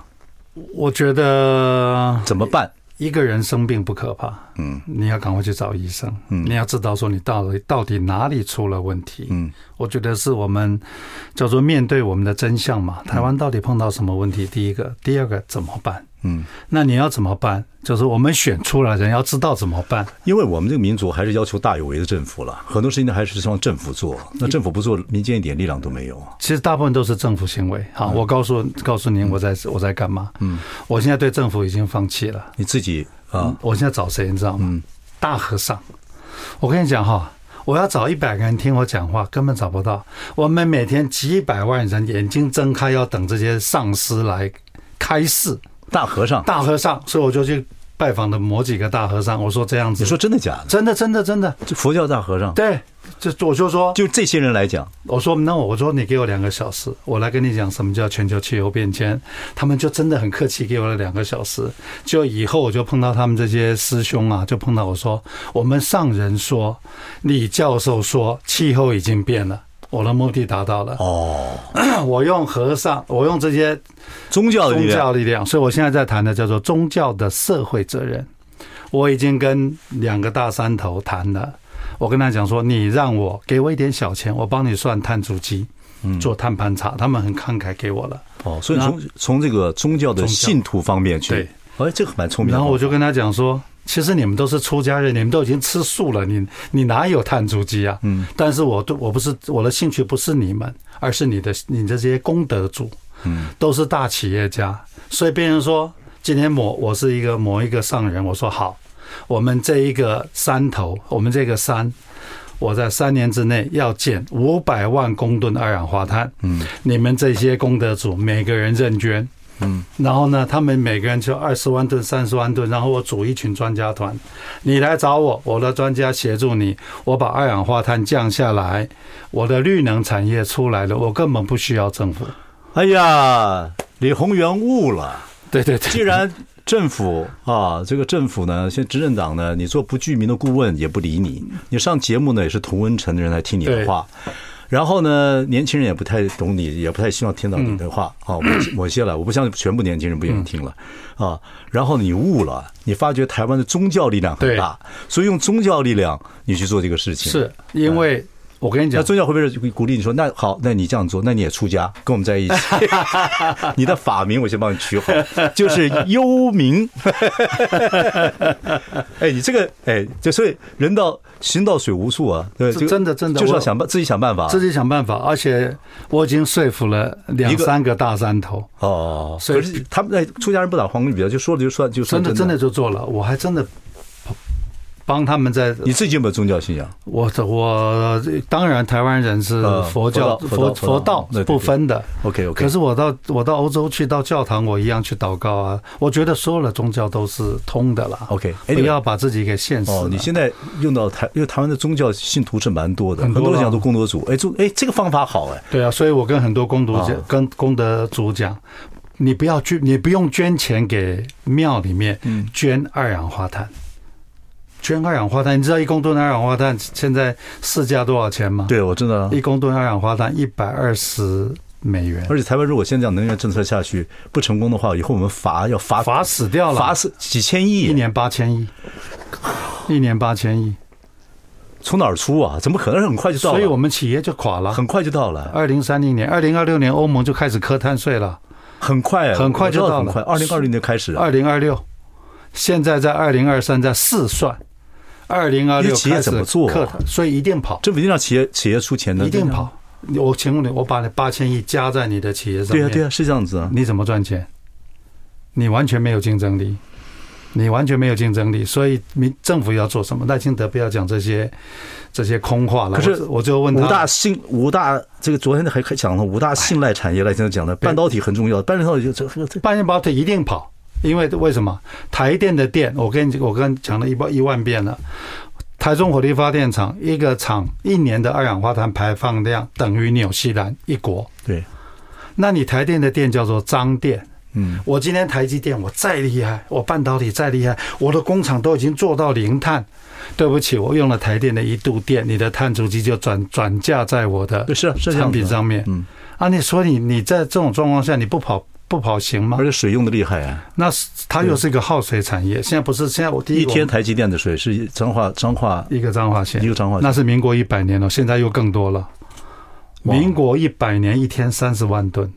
S2: 我觉得
S1: 怎么办？
S2: 一个人生病不可怕，嗯，你要赶快去找医生，嗯，你要知道说你到底到底哪里出了问题，
S1: 嗯，
S2: 我觉得是我们叫做面对我们的真相
S1: 嗯
S2: 嘛，台湾到底碰到什么问题？第一个，第二个怎么办？
S1: 嗯，
S2: 那你要怎么办？就是我们选出来的人要知道怎么办，
S1: 因为我们这个民族还是要求大有为的政府了，很多事情呢还是希望政府做，那政府不做，民间一点力量都没有。
S2: 其实大部分都是政府行为。
S1: 嗯
S2: 好，我告诉告诉您我在我在干嘛，嗯，我现在对政府已经放弃了。
S1: 你自己啊，嗯
S2: 我现在找谁，你知道吗？大和尚。我跟你讲哈，我要找一百个人听我讲话，根本找不到。我们每天几百万人眼睛睁开，要等这些上师来开示
S1: 大和尚，
S2: 大和尚，所以我就去拜访了某几个大和尚。我说这样子，
S1: 你说真的假的？
S2: 真的，真的，真的，
S1: 这佛教大和尚，
S2: 对。这我就说，
S1: 就这些人来讲，
S2: 我说 no，我说你给我两个小时，我来跟你讲什么叫全球气候变迁。他们就真的很客气，给我了两个小时。就以后我就碰到他们这些师兄啊，就碰到我说，我们上人说，李教授说，气候已经变了。我的目的达到了哦， 我用和尚，我用这些
S1: 宗教的力
S2: 宗
S1: 量
S2: 教力量，所以我现在在谈的叫做宗教的社会责任。我已经跟两个大山头谈了，我跟他讲说，你让我给我一点小钱，我帮你算碳足迹，
S1: 嗯
S2: 做碳盘查，他们很慷慨给我了。
S1: 哦，所以从从这个宗教的信徒方面去，哎，这个蛮聪明的。
S2: 然后我就跟他讲说，其实你们都是出家人，你们都已经吃素了，你你哪有碳足迹啊？嗯，但是我对我不是我的兴趣不是你们，而是你的你的这些功德主，嗯，都是大企业家，所以别人说今天某我是一个某一个上人，我说好，我们这一个山头，我们这个山。我在三年之内要减五百万公吨二氧化碳。嗯，你们这些功德主每个人认捐，然后呢，他们每个人就二十万吨、三十万吨，然后我组一群专家团，你来找我，我的专家协助你，我把二氧化碳降下来，我的绿能产业出来了，我根本不需要政府。
S1: 哎呀，李宏源悟了，
S2: 对对对，
S1: 既然。政府啊，这个政府呢，现在执政党呢，你做不具名的顾问也不理你，你上节目呢也是同温层的人来听你的话，然后呢，年轻人也不太懂你，也不太希望听到你的话
S2: 嗯
S1: 啊。我我些了，我不相信全部年轻人不愿意听了啊。然后你悟了，你发觉台湾的宗教力量很大，所以用宗教力量你去做这个事情。
S2: 是因为我跟你
S1: 那
S2: 讲，
S1: 宗教会不会鼓励你说，那好，那你这样做，那你也出家，跟我们在 一起。你的法名我先帮你取好，就是幽 冥。哎，你这个哎，就所以人到行到水无处啊，对，
S2: 这
S1: 就
S2: 真的真的
S1: 就是要
S2: 我
S1: 想办自己想办法。
S2: 自己想办法，而且我已经说服了两
S1: 一个
S2: 三个大山头，
S1: 哦，
S2: 所以
S1: 可是他们在出家人不打黄比较，就说了就算，就说
S2: 真的真
S1: 的
S2: 的，就做了，我还真的帮他们在
S1: 你自己有没有宗教信仰？
S2: 我我当然台湾人是
S1: 呃
S2: 佛教
S1: 佛道佛道
S2: 嗯佛佛道
S1: 对对对
S2: 不分的。
S1: OK OK，
S2: 可是我到我到欧洲去到教堂，我一样去祷告啊。我觉得所有的宗教都是通的啦。
S1: OK，
S2: 不要把自己给限死了。
S1: 哎哦，你现在用到台，因为台湾的宗教信徒是蛮多的，
S2: 很
S1: 很
S2: 多
S1: 多
S2: 啊
S1: 人
S2: 了
S1: 讲都工作组，哎，这哎这个方法好哎，
S2: 对啊，所以我跟很多功德讲，
S1: 哦
S2: 跟功德主讲，你不要捐，你不用捐钱给庙里面，捐二氧化碳。捐二氧化碳，你知道一公吨二氧化碳现在市价多少钱吗？，
S1: 对我真的啊
S2: 一公吨二氧化碳一百二十美元，
S1: 而且台湾如果现在这样能源政策下去不成功的话，以后我们罚要罚
S2: 罚死掉了，
S1: 罚是几千
S2: 一
S1: 亿，
S2: 年八千亿，一年八千亿，
S1: 从哪儿出啊？怎么可能很快就到了？
S2: 所以我们啊企业就垮了。
S1: 很快就到了，
S2: 二零三零年、二零二六年，欧盟就开始课碳税了。
S1: 很快，啊
S2: 很快就
S1: 我知道
S2: 到了
S1: 很快，二零二零年开始啊。
S2: 二零二六，现在在二零二三在试算，二零二
S1: 你
S2: 六
S1: 的企业怎么做啊
S2: 所以一定跑，
S1: 政府一定让企业企业出钱的，
S2: 一定跑。我请问你，我把你八千亿加在你的企业上
S1: 对
S2: 面，
S1: 啊，对啊，是这样子啊。
S2: 你怎么赚钱？你完全没有竞争力，你完全没有竞争力。所以民政府要做什么？赖清德不要讲这些这些空话了。
S1: 可是
S2: 我我就问他，哎
S1: 五大信五大这个昨天还还讲了五大信赖产业来讲讲的，半导体很重要，半导体就这这这
S2: 半夜跑腿一定跑，因为为什么？台电的电，我跟你我跟你讲了一万一万遍了。台中火力发电厂一个厂一年的二氧化碳排放量等于纽西兰一国，
S1: 对，
S2: 那你台电的电叫做脏电。
S1: 嗯，
S2: 我今天台积电我再厉害，我半导体再厉害，我的工厂都已经做到零碳。对不起，我用了台电的一度电，你的碳足迹就转转嫁在我的
S1: 对是啊是这样
S2: 产
S1: 子
S2: 品
S1: 啊。
S2: 上面。
S1: 嗯，
S2: 啊，你说你你在这种状况下你不跑不跑行吗
S1: 而？且水用的厉害啊，
S2: 那是它又是一个耗水产业。现在不是现在我第
S1: 一
S2: 一个
S1: 天台积电的水是彰化彰化
S2: 一个彰化县
S1: 一，个彰化
S2: 那是民国一百年了，现在又更多了。
S1: 哇
S2: 民国一百年一天三十万吨，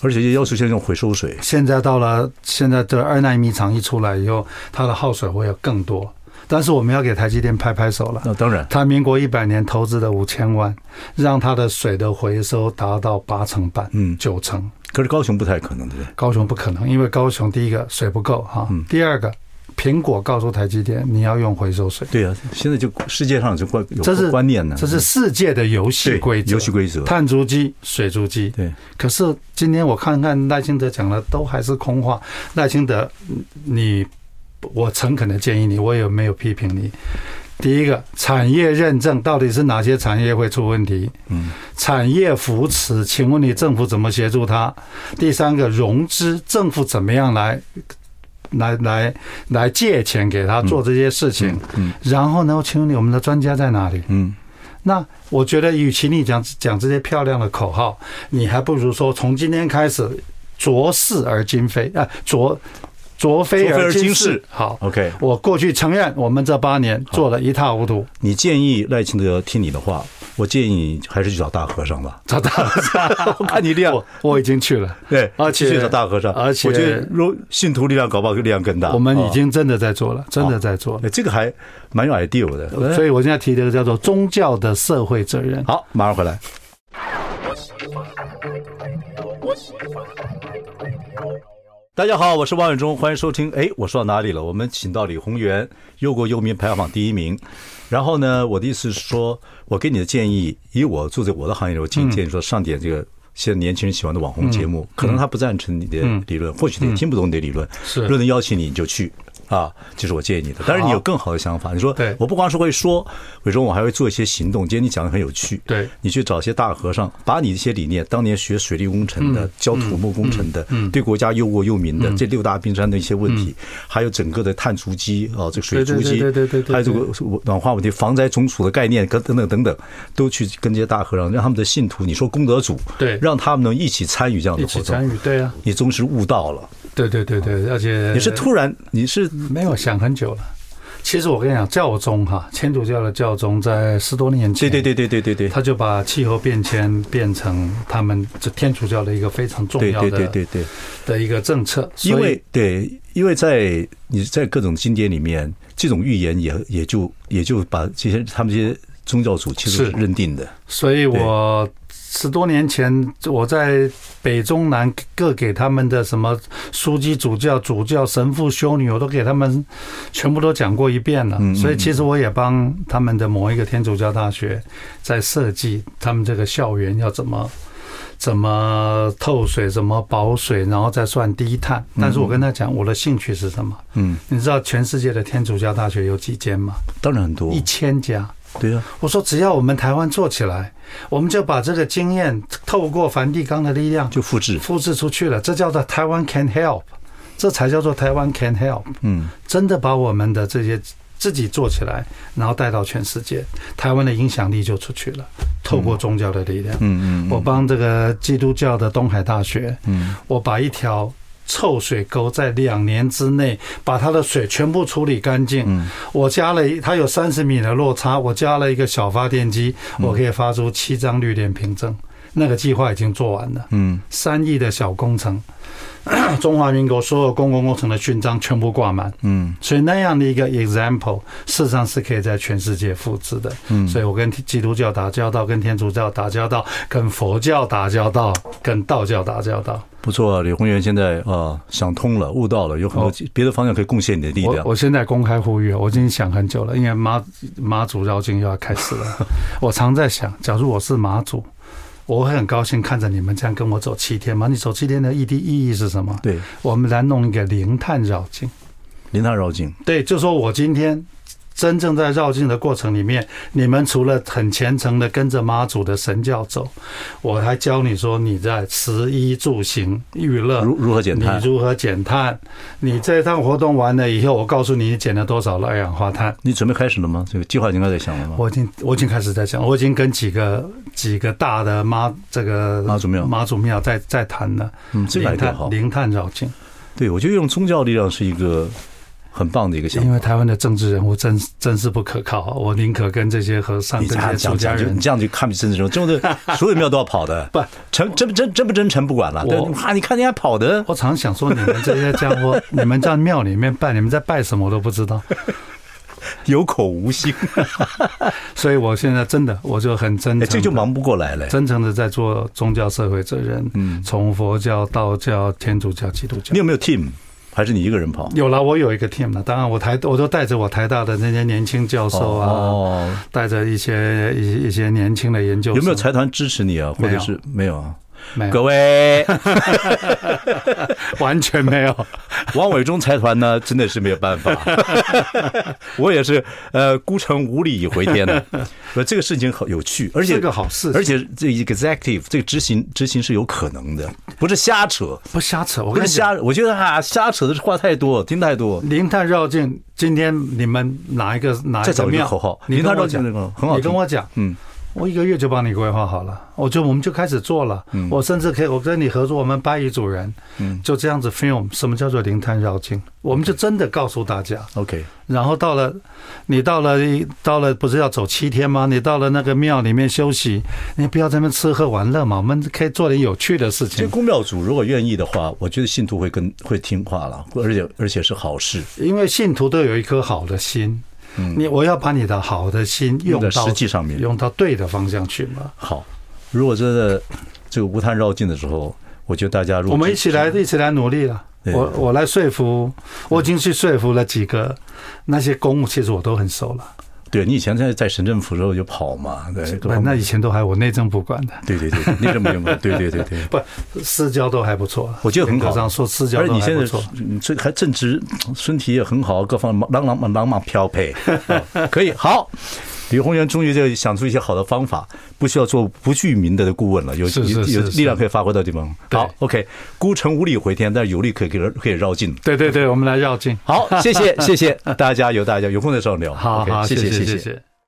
S1: 而且要求现在用回收水，
S2: 现在到了现在的二纳米厂一出来以后，它的耗水会有更多。但是我们要给台积电拍拍手了，
S1: 那当然。
S2: 它民国一百年投资的五千万，让它的水的回收达到八成半、
S1: 嗯
S2: 九成。
S1: 可是高雄不太可能，对不对？
S2: 高雄不可能，因为高雄第一个水不够哈
S1: 嗯，
S2: 第二个苹果告诉台积电你要用回收水。
S1: 对呀、现在就世界上就观有
S2: 啊这是
S1: 观念呢，
S2: 这是世界的游
S1: 嗯
S2: 戏
S1: 对
S2: 规则，
S1: 游戏规则。
S2: 碳足迹、水足迹。
S1: 对，
S2: 可是今天我看看赖清德讲的都还是空话。赖清德，嗯你我诚恳的建议你，我也没有批评你。第一个，产业认证到底是哪些产业会出问题？
S1: 嗯，
S2: 产业扶持，请问你政府怎么协助它？第三个，融资，政府怎么样来来来来借钱给他做这些事情？
S1: 嗯
S2: 然后呢，请问你，我们的专家在哪里？
S1: 嗯，
S2: 那我觉得，与其你讲讲这些漂亮的口号，你还不如说从今天开始浊世而今非啊，浊浊非
S1: 浊非
S2: 而
S1: 而
S2: 今
S1: 今
S2: 是
S1: 是。
S2: 好，
S1: OK，
S2: 我过去承认，我们这八年做了一塌糊涂，
S1: 你建议赖清德听你的话，我建议你还是去找大和尚吧。
S2: 找 到了。
S1: 我看你力量
S2: 啊我，我已经去了，
S1: 对，
S2: 而且
S1: 去找大和尚，
S2: 而且
S1: 我觉得如信徒力量搞不好力量更大。
S2: 我们已
S1: 啊、
S2: 经真的在做了，真的在做了。
S1: 哎这个还蛮有 idea 的。
S2: 所以我现在提的叫做宗教的社会责任。
S1: 好，马上回来。大家好，我是王永忠，欢迎收听。哎，我说到哪里了？我们请到李宏源，忧国忧民排行榜第一名。然后呢，我的意思是说，我给你的建议，以我做在我的行业里，我建建议说，上点这个现在年轻人喜欢的网红节目，可能他不赞成你的理论，或许他也听不懂你的理论，
S2: 是
S1: 论能邀请你，你就去。啊，这是我建议你的。当然，你有更好的想法。你说，
S2: 对
S1: 我不光是会说，伟忠，我还会做一些行动。今天你讲的很有趣，
S2: 对
S1: 你去找一些大和尚，把你一些理念，当年学水利工程
S2: 嗯
S1: 的、教土木工程的、对国家忧国忧民的这六大冰山的一些问题，还有整个的碳足迹啊，这个水足迹，
S2: 嗯对对对对对对
S1: 还有这个暖化问题、防灾中暑的概念，跟等等等等，都去跟这些大和尚，让他们的信徒，你说功德主，
S2: 对
S1: 让他们能一起参与这样
S2: 一
S1: 的
S2: 起
S1: 活
S2: 参
S1: 动。
S2: 与，对啊，
S1: 你终是悟到了，
S2: 对对对对，而且
S1: 你是突然，你是
S2: 没有想很久了。其实我跟你讲，教宗哈，天主教的教宗在十多年
S1: 对
S2: 前，
S1: 对对对对对对，
S2: 他就把气候变迁变成他们这天主教的一个非常重
S1: 对
S2: 要
S1: 对对
S2: 的
S1: 对对，
S2: 的一个政策，所以
S1: 因为对，因为在你在各种经典里面，这种预言也也就也就把这些他们这些宗教主其实是
S2: 是
S1: 认定的，
S2: 所以我十多年前我在北中南各给他们的什么枢机主教、主教、神父、修女，我都给他们全部都讲过一遍了。
S1: 嗯嗯
S2: 所以其实我也帮他们的某一个天主教大学在设计他们这个校园要怎么。怎么透水，怎么保水，然后再算低碳。但是我跟他讲，我的兴趣是什么？
S1: 嗯，
S2: 你知道全世界的天主教大学有几间吗？
S1: 当然很多
S2: 一，千家。
S1: 对啊，
S2: 我说，只要我们台湾做起来，我们就把这个经验透过梵蒂冈的力量
S1: 就复制，
S2: 复制出去了，这叫做台湾 can help，这才叫做台湾 can help。
S1: 嗯，
S2: 真的把我们的这些自己做起来，然后带到全世界，台湾的影响力就出去了。透过宗教的力量，
S1: 嗯嗯
S2: 我帮这个基督教的东海大学，
S1: 嗯，
S2: 我把一条臭水沟在两年之内把它的水全部处理干净。
S1: 嗯
S2: 我加了一，它有三十米的落差，我加了一个小发电机，我可以发出七张绿电凭证。那个计划已经做完了，
S1: 嗯，
S2: 三亿的小工程， 中华民国所有公共工程的勋章全部挂满。
S1: 嗯
S2: 所以那样的一个 example，事实上是可以在全世界复制的。嗯，所以我跟基督教打交道，跟天主教打交道，跟佛教打交道，跟道教打交道。
S1: 不错、啊，李宏源现在啊、想通了，悟到了，有很多别的方向可以贡献你的力
S2: 我
S1: 量。
S2: 我现在公开呼吁，我已经想很久了，因为妈妈祖绕境又要开始了。我常在想，假如我是妈祖，我会很高兴看着你们这样跟我走七天嘛。你走七天的意的意义是什么？
S1: 对，
S2: 我们来弄一个零碳绕境。
S1: 林大绕境，
S2: 对，就说我今天真正在绕境的过程里面，你们除了很虔诚的跟着妈祖的神教走，我还教你说你在食衣住行、娱乐
S1: 如如何减碳
S2: 你？如何减碳？你这趟活动完了以后，我告诉你，你减了多少的二氧化碳。
S1: 你准备开始了吗？这个计划已经开始想了吗？
S2: 我已经我已经开始在想，我已经跟几个几个大的妈这个
S1: 妈祖庙
S2: 妈祖庙在在谈了，
S1: 嗯，这个
S2: 零
S1: idea
S2: 碳
S1: 好。
S2: 零碳绕境，
S1: 对，我觉得用宗教力量是一个很棒的一个想法
S2: 因。为台湾的政治人物真真是不可靠，啊我宁可跟这些和尚
S1: 你这
S2: 啊跟这
S1: 样
S2: 些出
S1: 讲
S2: 家
S1: 讲就
S2: 人
S1: 你这样就看不起政治人物，政治 所有庙都要跑的，
S2: 不
S1: 诚真真真不真诚不管了。
S2: 我
S1: 对，哈，你看人家跑的，
S2: 我常想说，你们这些家伙， 你们在庙里面拜，你们在拜什么我都不知道。
S1: 有口无 心，
S2: 所以我现在真的，我就很真
S1: 哎这
S2: 诚，
S1: 就忙不过来了。
S2: 真诚的在做宗教社会责任，
S1: 嗯
S2: 从佛教、道教、天主教、基督教
S1: 你。有没有 team？还是你一个人跑？
S2: 有了，我有一个 team 了。当然，我台我都带着我台大的那些年轻教授啊，
S1: 哦，
S2: 带着一些一一些年轻的研究生。
S1: 有没有财团支持你啊？或
S2: 没有
S1: 者是没有啊？
S2: 没
S1: 各
S2: 有，
S1: 位，
S2: 完全没有。
S1: 王伟忠财团呢，真的是没有办法， 我也是呃孤城无力以回天 呢。不，这个事情好有趣，而且
S2: 是个好事
S1: 而且这 executive 这个执行执行是有可能的，不是瞎扯。
S2: 不瞎扯，我
S1: 不
S2: 跟
S1: 是
S2: 你讲，
S1: 瞎，我觉得啊，瞎扯的话太多，听太多。
S2: 零碳绕境。今天你们哪一个哪
S1: 再
S2: 一
S1: 找
S2: 个
S1: 一个
S2: 庙
S1: 口号
S2: 你
S1: 零
S2: 跟
S1: 碳
S2: 我
S1: 绕境
S2: 讲
S1: 那个很好
S2: 你跟
S1: 听
S2: 我讲，
S1: 嗯，
S2: 我一个月就帮你规划好了，我就我们就开始做了。我甚至可以，我跟你合作，我们八一组人，
S1: 嗯
S2: 就这样子 film 什么叫做零碳绕境，我们就真的告诉大家。
S1: OK，
S2: 然后到了，你到了到了不是要走七天吗？你到了那个庙里面休息，你不要在那边吃喝玩乐嘛，我们可以做点有趣的事
S1: 其实
S2: 情。
S1: 公庙主如果愿意的话，我觉得信徒会跟会听话了，而且而且是好事。
S2: 因为信徒都有一颗好的心，你我要把你的好的心用
S1: 嗯用在
S2: 到
S1: 实际上面
S2: 用到对的方向去嘛。
S1: 好，如果真的这个无碳绕境的时候，我觉得大家如果
S2: 我们一起来，一起来努力了。
S1: 对
S2: 我我来说服，我已经去说服了几个那些公务，其实我都很熟了。
S1: 对你以前在在省政府的时候就跑嘛，对，各方
S2: 那
S1: 面
S2: 以前都还我内政部管的，
S1: 对对对，对那什么用？对对对对。
S2: 不私交都还不错了。
S1: 我觉得很好
S2: 严格上说私交
S1: 而且
S2: 都
S1: 你
S2: 还
S1: 现
S2: 不
S1: 在
S2: 错。
S1: 嗯这还正直，身体也很好，各方面朗朗朗朗飘 配，啊可以好。李宏源终于就想出一些好的方法，不需要做不具名的顾问了，有
S2: 是是
S1: 有
S2: 是
S1: 有
S2: 是
S1: 力量可以发挥到地方。
S2: 对
S1: 好，OK，孤城无力回天，但是有力可以可以可以绕境。
S2: 对对对，我们来绕境。
S1: 好，谢谢谢谢大家，有大家有空的时候聊。
S2: 好
S1: OK，
S2: 好，
S1: 谢
S2: 谢
S1: 谢
S2: 谢
S1: 谢谢。
S2: 谢。